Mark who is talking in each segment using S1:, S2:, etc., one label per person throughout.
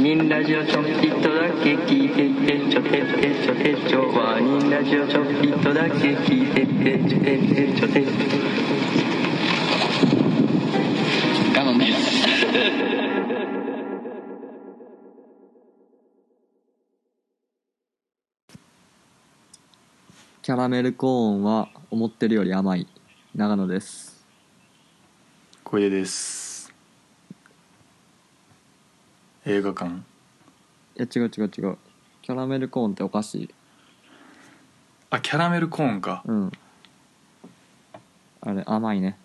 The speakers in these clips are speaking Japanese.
S1: ニンラジオちょっぴっとだけ聞いてってちょてってちょてちょワニンラジオちょっぴっとだけ聞いてってちょてってちょてっ
S2: 我慢です。
S3: キャラメルコーンは思ってるより甘い長野です
S4: 小出です映画館
S3: いや違う違う違うキャラメルコーンってお菓子
S4: あキャラメルコーンか
S3: うんあれ甘いね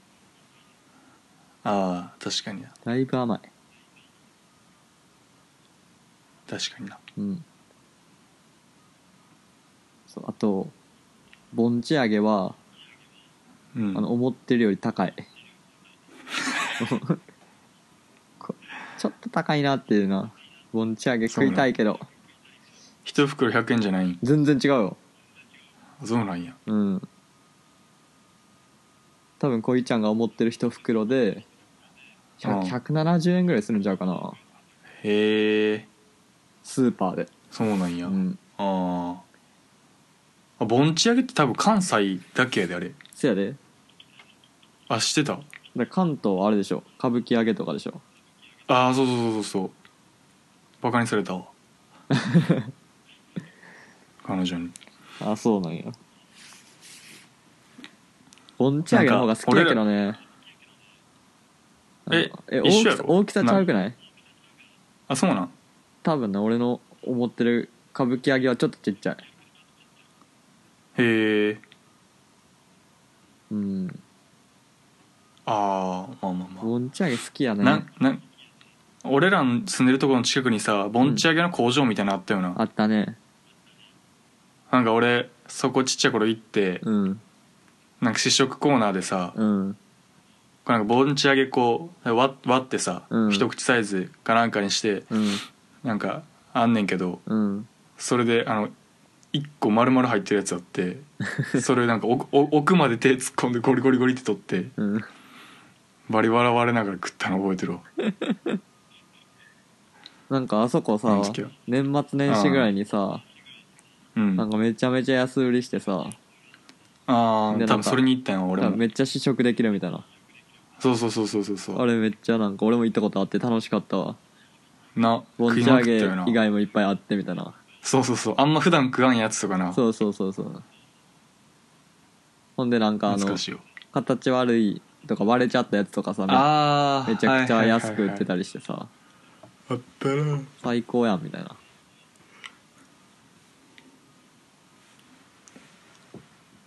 S4: ああ確かにな
S3: だいぶ甘い
S4: 確かにな
S3: うんそうあと盆地揚げは、
S4: うん
S3: あの思ってるより高い こちょっと高いなっていうな盆地揚げ食いたいけど
S4: 一袋100円じゃないん
S3: 全然違うよ
S4: そうなんや
S3: うん多分こいちゃんが思ってる一袋で
S4: うん
S3: 100 170円ぐらいするんちゃうかな
S4: へえ
S3: スーパーで
S4: そうなんや、
S3: うん
S4: あーあ盆地揚げって多分関西だけやであれ
S3: せやでだか
S4: あ知ってた
S3: ら関東はあれでしょ歌舞伎揚げとかでしょ
S4: ああそうそうそうそうそうバカにされた わ彼女に
S3: あそうなんや盆地揚げの方が好きやけどね
S4: なんか
S3: あの
S4: え一
S3: 大
S4: 緒
S3: き
S4: や
S3: さ
S4: ろ
S3: 大きさちゃうくない
S4: あそうなん
S3: 多分ね俺の思ってる歌舞伎揚げはちょっとちっちゃい
S4: へえ
S3: うん
S4: ああまあまあまあ
S3: 盆地揚げ好きやね
S4: なんなん俺らの住んでるところの近くにさ盆地揚げの工場みたいなのあったよな、
S3: あったね
S4: なんか俺そこちっちゃい頃行って、
S3: うん
S4: なんか試食コーナーでさ、
S3: うん
S4: なんか盆地揚げこう割割ってさ、
S3: うん
S4: 一口サイズかなんかにして
S3: うん
S4: なんかあんねんけど
S3: うん
S4: それであの一個丸々入ってるやつあって それなんか奥奥奥まで手突っ込んでゴリゴリゴリって取って
S3: うん
S4: バリ笑われながら食ったの覚えてるわ
S3: なんかあそこ
S4: う
S3: さ
S4: ん好きよ
S3: 年末年始ぐらいにさ
S4: うん
S3: なんかめちゃめちゃ安売りしてさ
S4: あ
S3: でなん
S4: あ多分
S3: か
S4: それに行ったよ俺も
S3: めっちゃ試食できるみたいな
S4: そうそうそうそうそうそ
S3: あ
S4: う
S3: れめっちゃなんか俺も行ったことあって楽しかったわ
S4: な
S3: ボ
S4: 食
S3: ン
S4: い
S3: チ
S4: ま
S3: 揚
S4: くっ
S3: げ
S4: たよな
S3: 以外もいっぱいあってみたいな
S4: そうそうそうあんま普段食わんやつとかな
S3: そうそうそうそうほんでなんかあ
S4: 懐
S3: の
S4: かしいよ
S3: 形悪いとか割れちゃったやつとかさめ
S4: あー
S3: めちゃくちゃ安く売って
S4: は
S3: たりしてさ
S4: いはいはいはいあったな
S3: 最高やんみたいな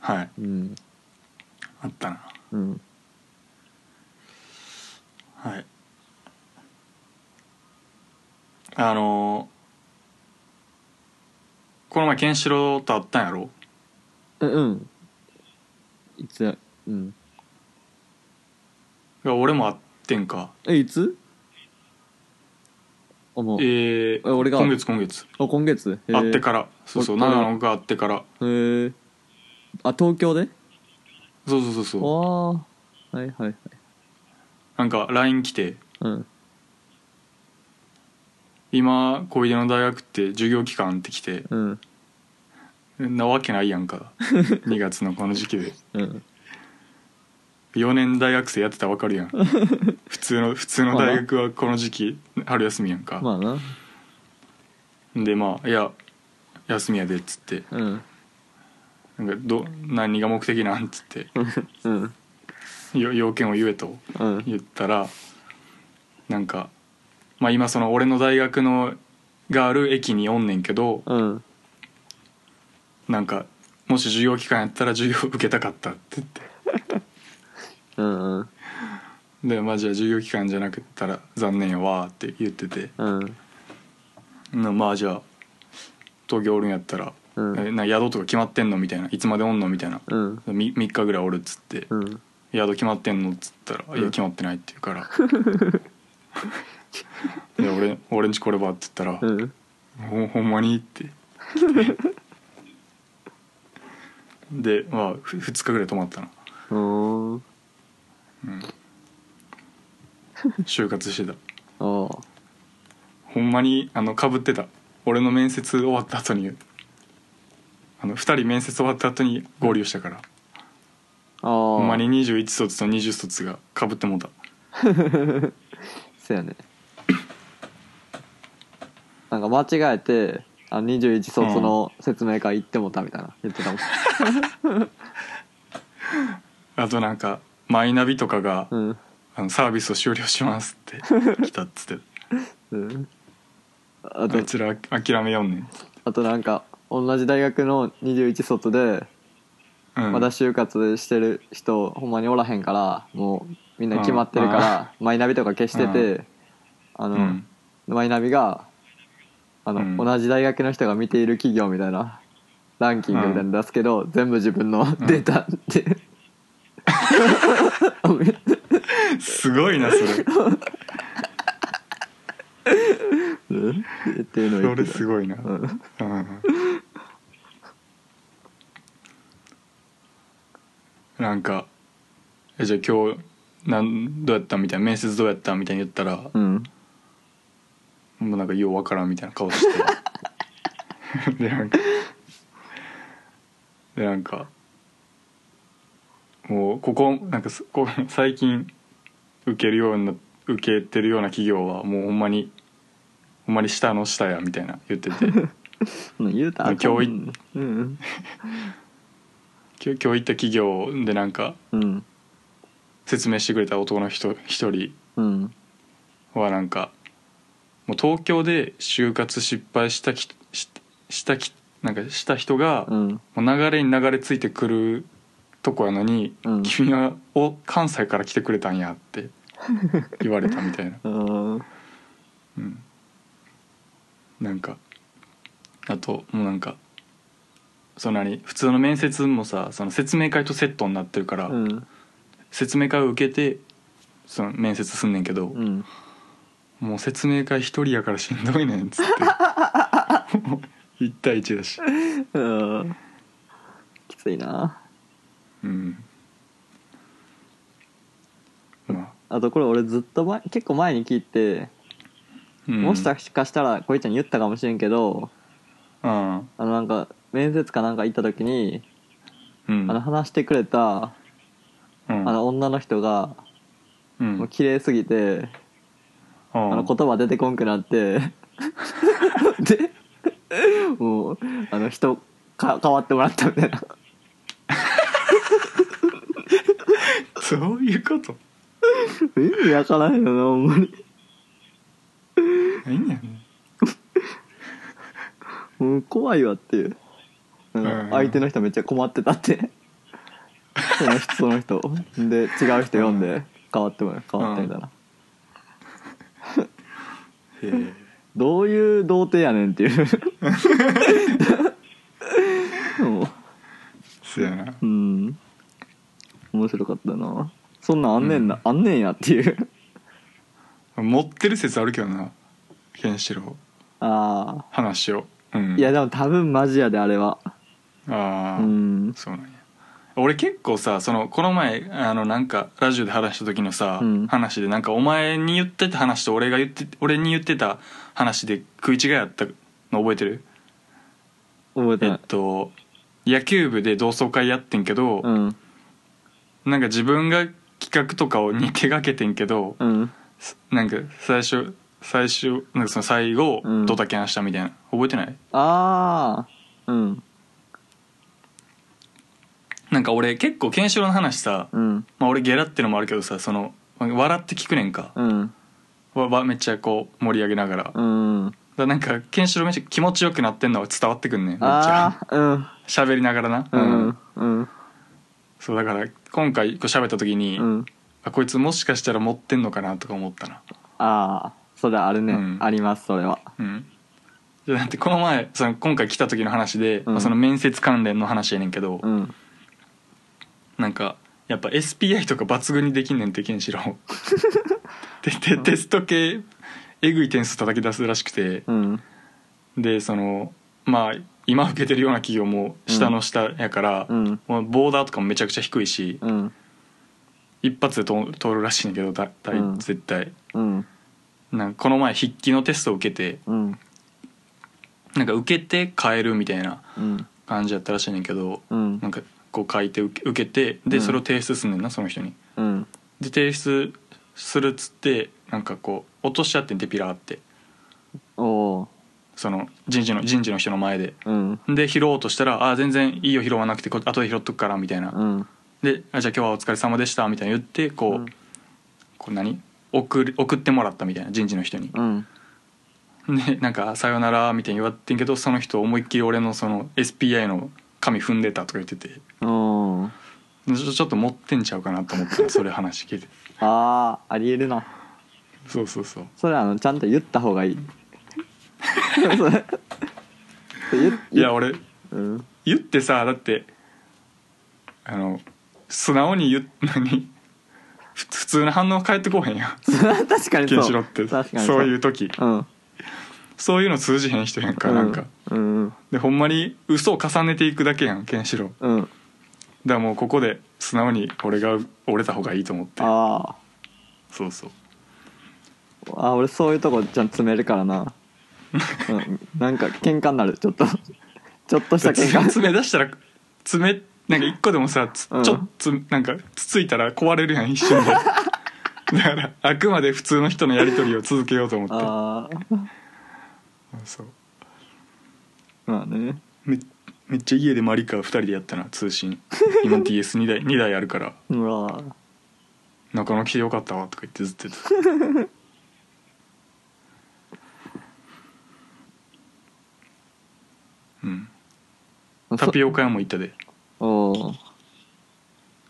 S4: はい
S3: うん
S4: あったな
S3: うん
S4: はいあのーこの前ケンシロウと会ったんやろ
S3: えうんいつやうん
S4: が俺も会ってんか
S3: えいつあもう
S4: えー、
S3: え俺が
S4: 今月今月
S3: あ今月へー
S4: 会ってからそうそう
S3: 俺
S4: 長野が会ってから
S3: へえあ東京で
S4: そうそうそ
S3: あ
S4: うそう
S3: あはいはいはい
S4: なんか LINE 来て
S3: うん
S4: 今小出の大学って授業期間って来て
S3: うん
S4: なわけないやん か2月のこの時期で
S3: うん
S4: 4年大学生やってたらわかる やん普通の普通の大学はこの時期春休みやんか、
S3: まあな
S4: でまあ「いや休みやで」っつって
S3: うん
S4: 「なんかど何が目的なん?」っつって
S3: うん
S4: よ要件を言えと
S3: うん
S4: 言ったらなんか、まあ、今その俺の大学のがある駅におんねんけど
S3: うん
S4: なんかもし授業期間やったら授業受けたかったって言って
S3: うんうん
S4: でまあじゃあ授業期間じゃなくったら残念やわーって言ってて
S3: うん
S4: なまあじゃあ東京おるんやったら、
S3: うん
S4: えな宿とか決まってんのみたいないつまでおんのみたいな、
S3: うん
S4: み3日ぐらいおるっつって、
S3: うん
S4: 宿決まってんのっつったら「いや決まってない」って言う から「いや俺俺んちこれば」って言った
S3: う
S4: ら
S3: ん
S4: 「ほんほんまに?」って来てでまあふ2日ぐらい泊まったな
S3: おー
S4: 就活してた
S3: ああ
S4: ほんまにあのかぶってた俺の面接終わった後にあの2人面接終わった後に合流したから、
S3: ああ
S4: ほんまに21卒と20卒がかぶってもうた
S3: そうやねなんか間違えてあの21卒の説明会行ってもたみたいな言ってたもん、
S4: あとなんかマイナビとかが、
S3: うん
S4: あのサービスを終了します って来たっつって
S3: うん、あ
S4: あ
S3: と
S4: いつら諦めようねん、
S3: あとなんか同じ大学の21卒で
S4: うん、
S3: まだ就活してる人ほんまにおらへんからもうみんな決まってるからマイナビとか消しててあの、
S4: うん
S3: マイナビがあの、
S4: うん
S3: 同じ大学の人が見ている企業みたいなランキングみたいなの出すけど、全部自分のデータ って、
S4: すごいなそれ
S3: っていうのを言って
S4: それ
S3: た
S4: すごいな、
S3: う
S4: うん
S3: ん
S4: なんかえじゃあ今日なんどうやったみたいな面接どうやったみたいに言ったら、
S3: うん
S4: もうなんかようわからんみたいな顔して でなんかでなんかもうここなんかすこう最近受けるような受けてるような企業はもうほんまにほんまに下の下やみたいな言ってて 今
S3: うん言うたらあかん
S4: 教育
S3: うん
S4: 日今日行った企業でなんか
S3: うん
S4: 説明してくれた男の人一人
S3: うん
S4: はなんかもう東京で就活失敗したきししたきなんかした人が、
S3: うん
S4: もう流れに流れ着いてくるとこやのに、
S3: うん
S4: 君はお関西から来てくれたんやって 言われたみたいな、
S3: うん
S4: うん、なんかあともうなんかそんなに普通の面接もさその説明会とセットになってるから、
S3: うん
S4: 説明会を受けてその面接すんねんけど、
S3: うん
S4: もう説明会一人やからしんどいねんっつって もう一対一だし、
S3: うんきついな
S4: うん、ま
S3: あとこれ俺ずっと前結構前に聞いて、
S4: あ、うん、
S3: もしかしたらこいちゃん言ったかもしれんけど
S4: うん
S3: あのなんか面接かなんか行った時に、
S4: うん
S3: あの話してくれた
S4: うん
S3: あの女の人が
S4: うん
S3: もう綺麗すぎて、
S4: うん
S3: あの言葉出てこんくなってでもうあの人か変わってもらったみたいな
S4: そういうこと
S3: 意味わからんよなほんまに
S4: 何やねん
S3: もう怖いわっていうなんか相手の人めっちゃ困ってたってその人その人で違う人読んで変わってもらう変わったみたいな
S4: へえ
S3: どういう童貞やねんっていうもう
S4: そうやな
S3: うん面白かったなそんなんあんねんな、あんねんやっていう
S4: 持ってる説あるけどなケンシロウ
S3: あ
S4: 話をうん
S3: あいやでも多分マジやであれは
S4: ああ、
S3: うん
S4: そうなんや俺結構さそのこの前あのなんかラジオで話した時のさ、
S3: うん
S4: 話でなんかお前に言ってた話と俺が言って俺に言ってた話で食い違いあったの覚えてる、
S3: 覚えて
S4: え
S3: な
S4: っ
S3: い
S4: と野球部で同窓会やってんけど、
S3: うん
S4: なんか自分が企画とかをに手がけてんけど、
S3: うん
S4: なんか最初最初なんかその最後
S3: うん
S4: ドタキャンしたみたいな覚えてない
S3: ああうん
S4: なんか俺結構ケンシロウの話さ、
S3: うん
S4: まあ、俺ゲラってのもあるけどさその笑って聞くねんか、
S3: うん
S4: わわめっちゃこう盛り上げながら、だか
S3: うん
S4: らなんかケンシロウめっちゃ気持ちよくなってんのは伝わってくんねめっちゃ
S3: ああうん
S4: 喋りながらな、
S3: うんうん
S4: そうだから今回こう喋った時に、
S3: うん
S4: あこいつもしかしたら持ってんのかなとか思ったな
S3: ああそれあるね、
S4: うん
S3: ありますそれは
S4: うんじゃだってこの前その今回来た時の話で、
S3: ん
S4: まあ、その面接関連の話やねんけど、
S3: うん
S4: なんかやっぱ SPI とか抜群にできんねんってケンシ ロウででテスト系えぐい点数叩き出すらしくて、
S3: うん
S4: でそのまあ今受けてるような企業も下の下やから、
S3: うん
S4: もうボーダーとかもめちゃくちゃ低いし、
S3: うん
S4: 一発で通通るらしいんだけどだだい
S3: うん
S4: 絶対
S3: うん
S4: なんかこの前筆記のテストを受けて
S3: うん
S4: なんか受けて変えるみたいな
S3: うん
S4: 感じやったらしいねんけど、
S3: うん
S4: なんかこう書いて受け受けてで
S3: うん
S4: それを提出すんねんなその人に。
S3: うん
S4: で提出するっつってなんかこう落としちゃってんてピラーって
S3: おお
S4: その人事の人事の人の前で。
S3: ーうん
S4: で拾おうとしたら「あー全然いいよ拾わなくてこ後で拾っとくから」みたいな
S3: うん
S4: であ「じゃあ今日はお疲れ様でした」みたいな言ってこう,、
S3: うん
S4: こう何送る送ってもらったみたいな人事の人に
S3: う、ん
S4: でなんか「さよなら」みたいに言われてんけどその人思いっきり俺のその SPI の紙踏んでたとか言ってて
S3: おー
S4: ちょちょっと持ってんちゃうかなと思ってそれ話聞いて
S3: あーありえるな
S4: そうそうそう
S3: それあのちゃんと言った方がいい それ言っ
S4: いや俺
S3: うん
S4: 言ってさだってあの素直に言っ 何ふ普通の反応返ってこへんやん
S3: 確かに
S4: ケ
S3: そ
S4: ン
S3: う
S4: シロウって
S3: 確かに
S4: そういうう時
S3: うん
S4: そういうの通じへん人やんか、なんか
S3: うんうん
S4: でほんまに嘘を重ねていくだけやんケンシロウだか
S3: うん
S4: らもうここで素直に俺が折れた方がいいと思って
S3: あ
S4: そうそう
S3: ーあー俺そういうとこちゃんと詰めるからな、うん、なんか喧嘩になるちょっと ちょっとした喧
S4: 詰め
S3: 嘩
S4: 詰め出したら詰めなんか一個でもさつち
S3: う
S4: ょ
S3: ん
S4: っとつなんかつついたら壊れるやん一 瞬でだからあくまで普通の人のやり取りを続けようと思って
S3: ああ
S4: そう
S3: まあね
S4: めめっちゃ家でマリカ2人でやったな通信今 DS2 台2台あるから
S3: うわ
S4: 中野来てよかったわとか言ってずっと言ってたうん
S3: ー
S4: タピオカ屋も行ったで
S3: そおーい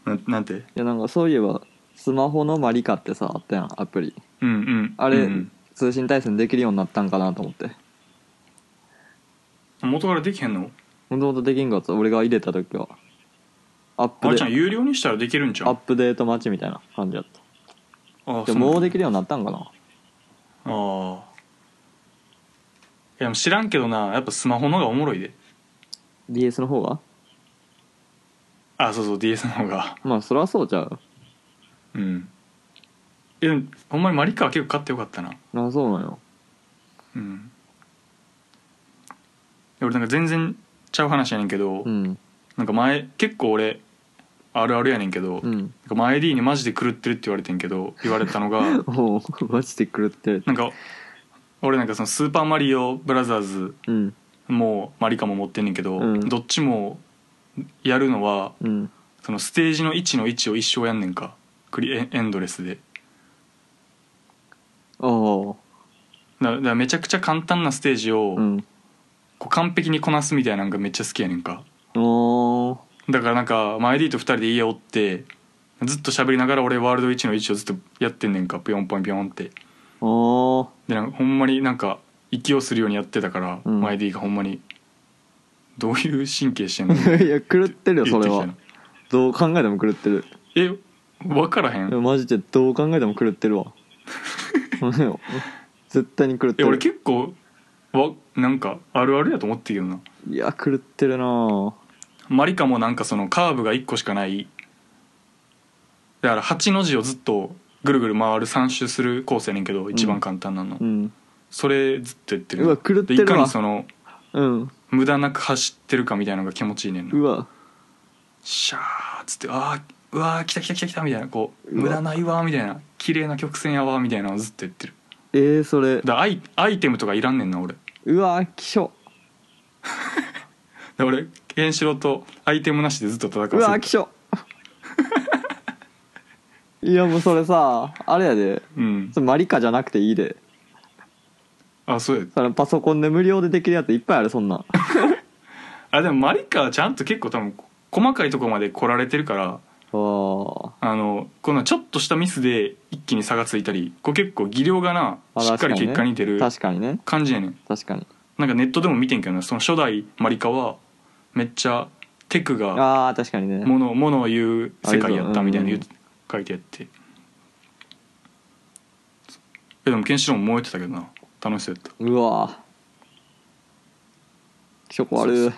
S4: ななんて
S3: やなんかそういえばスマホのマリカってさあったやんアプリ
S4: うんうん
S3: あれ、
S4: うん
S3: 通信対戦できるようになったんかなと思って
S4: うん元からできへんの
S3: もともとできんかった俺が入れた時はアッ
S4: あ
S3: プ
S4: れ
S3: デ
S4: ちゃん有料にしたらできるんちゃ
S3: アッ
S4: う
S3: プデート待ちみたいな感じやった
S4: あ
S3: で
S4: そう
S3: ももうで
S4: き
S3: きるようになったんかな
S4: あーいやでも知らんけどなやっぱスマホの方がおもろいで
S3: DS の方が
S4: あそうそう DS の方が
S3: まあそりゃそうちゃう
S4: うんえでもほんまにマリカは結構買ってよかったな
S3: あそうなんよ
S4: うん俺なんか全然ちゃう話やねんけど、
S3: うん
S4: なんか前結構俺あるあるやねんけど、
S3: う
S4: なん
S3: ん
S4: か前 D にマジで狂ってるって言われてんけど言われたの が
S3: おうマジで狂ってる
S4: なんか俺なんかその「スーパーマリオブラザーズ
S3: うん」
S4: もマリカも持ってんねんけど、
S3: うん
S4: どっちもやるのは
S3: うん
S4: そのステージの位置の位置を一生やんねんかクリエエンドレスで
S3: おう
S4: だだからめちゃくちゃ簡単なステージを、
S3: うん
S4: こう完璧にこなすみたいなのがめっちゃ好きやねんか
S3: おー
S4: だからなんか前 D と2人で家おってずっと喋りながら俺ワールド1の位置をずっとやってんねんかピョンポンピョンって
S3: おー
S4: でなんかほんまになんか息をするようにやってたから、
S3: うん
S4: 前 D がほんまにどういう神経 してんの
S3: いや狂ってるよそれ
S4: 言
S3: は
S4: って
S3: どう考えても狂ってる
S4: きたのえ分から
S3: い
S4: へ
S3: や
S4: ん
S3: マジでどう考えても狂ってる わうん絶対に狂って
S4: え俺
S3: る
S4: 結構わなんかあるあるやと思ってるけどない
S3: や狂ってるなぁ
S4: マリカもなんかそのカーブが1個しかないだから8の字をずっとぐるぐる回る3周するコースやねんけど一番簡単なの、
S3: うん
S4: それずっと言ってる
S3: うわ狂ってるわ
S4: でいかにその
S3: うん
S4: 無駄なく走ってるかみたいなのが気持ちいいねんな
S3: うわ
S4: シャーっつってあーうわー来た来た来た来たみたいなこう
S3: うわ
S4: 無駄ないわーみたいな綺麗な曲線やわーみたいなのをずっと言ってる
S3: えー、それ
S4: だからアイアイテムとかいらんねんな俺だか
S3: うわ気象
S4: ら俺ケンシロウとアイテムなしでずっと戦わせ
S3: う
S4: る
S3: わ気象いやもうそれさあれやで
S4: うん
S3: それマリカじゃなくていいで
S4: あそうや
S3: そのパソコンで無料でできるやついっぱいあるそんなん
S4: あでもマリカはちゃんと結構多分細かいとこまで来られてるから
S3: あ
S4: あのこのちょっとしたミスで一気に差がついたりこう結構技量がな
S3: あ
S4: しっかり結果に出る
S3: 確かにね
S4: 感じやねん
S3: 確かに
S4: なんかネットでも見てんけどなその初代マリカはめっちゃテクが
S3: ああ確かにね
S4: ものものを言う世界やったみたいな言う
S3: あり
S4: 書いてあってえでもケンシロウも燃えてたけどな楽しそうやった
S3: うわ気象怖る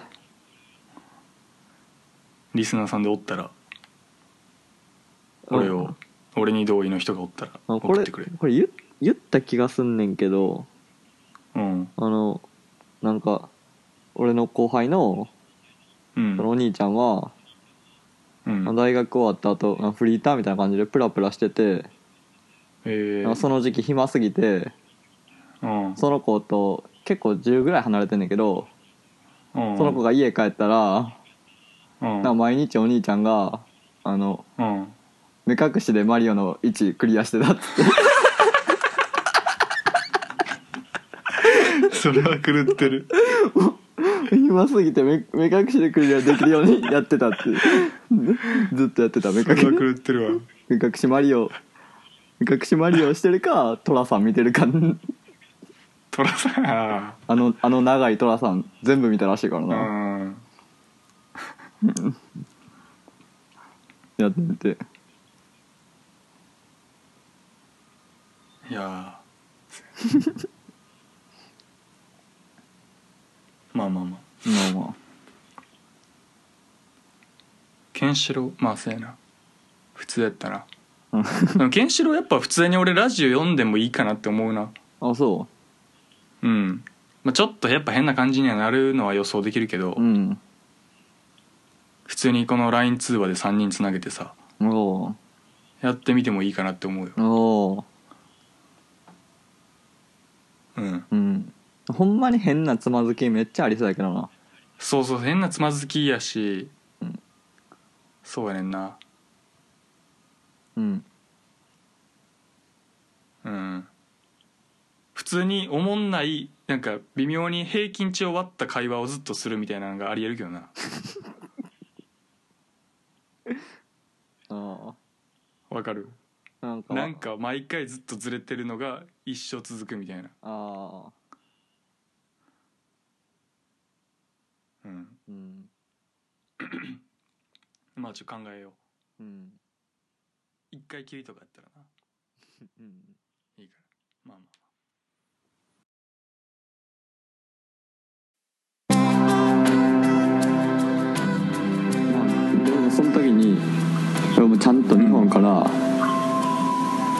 S4: リスナーさんでおったら俺を俺に同意の人がおったら
S3: あこ
S4: 送っ
S3: れ
S4: てくれ
S3: これ言言った気がすんねんけど
S4: うん
S3: あのなんか俺の後輩の
S4: うん
S3: そのお兄ちゃんは、
S4: うん
S3: 大学終わった後あフリーターみたいな感じでプラプラしてて、
S4: ええ
S3: なんかその時期暇すぎて
S4: うん
S3: その子と結構10ぐらい離れてんねんけど、
S4: うん
S3: その子が家帰ったら、
S4: うん
S3: なんか毎日お兄ちゃんがあの
S4: うん
S3: 目隠しでマリオの位置クリアしてたっつって
S4: それは狂ってる
S3: 暇すぎて目目隠しでクリアできるようにやってたっていうずずっとやってた目
S4: それ
S3: 隠
S4: は
S3: し
S4: 狂ってるわ
S3: 目隠しマリオ目隠しマリオしてるかトラさん見てるか
S4: トラさんあ
S3: あのあの長いトラさん全部見たらしいから
S4: ーう
S3: な、
S4: ん
S3: やってみて
S4: いやー まあまあまあ
S3: まあまあ
S4: ケンシロウまあそうやな普通やったな
S3: うん
S4: でもケンシロウやっぱ普通に俺ラジオ読んでもいいかなって思うな
S3: あそ
S4: うん、まあ、ちょっとやっぱ変な感じにはなるのは予想できるけど、
S3: ううん
S4: 普通にこの LINE 通話で3人つなげてさ
S3: おお
S4: やってみてもいいかなって思うよ
S3: うおう
S4: うん
S3: うんほんまに変なつまずきめっちゃありそうやけどな
S4: そうそう変なつまずきやし、
S3: うん
S4: そうやねんな
S3: うん
S4: うん普通におもんないなんか微妙に平均値を割った会話をずっとするみたいなのがありえるけどな
S3: あ
S4: わかる
S3: あなんか
S4: なんか毎回ずっとずれてるのが一生続くみたいな
S3: ああ
S4: うん
S3: うん
S4: まあちょっと考えよう
S3: うん
S4: 一回きりとかやったらな
S3: うん
S4: いいからまあまあ
S3: でもその時に俺もちゃんと日本から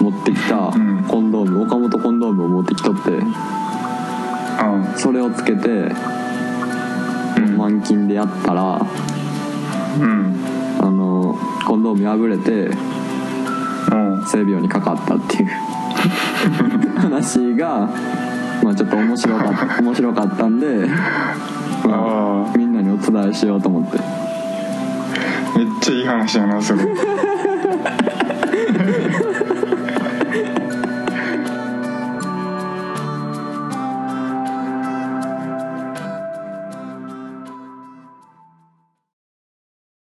S3: 持ってきた
S4: ん
S3: コンドーム、岡本コンドームを持ってきとって
S4: あ
S3: それをつけて
S4: うん
S3: 満勤でやったらあ
S4: うん
S3: のコンドーム破れて
S4: うん
S3: 性病にかかったっていう 話が、まあ、ちょっと面白かった面白かったんで、ま
S4: あ
S3: あ、みんなにお伝えしようと思って
S4: あめっちゃいい話やなそれ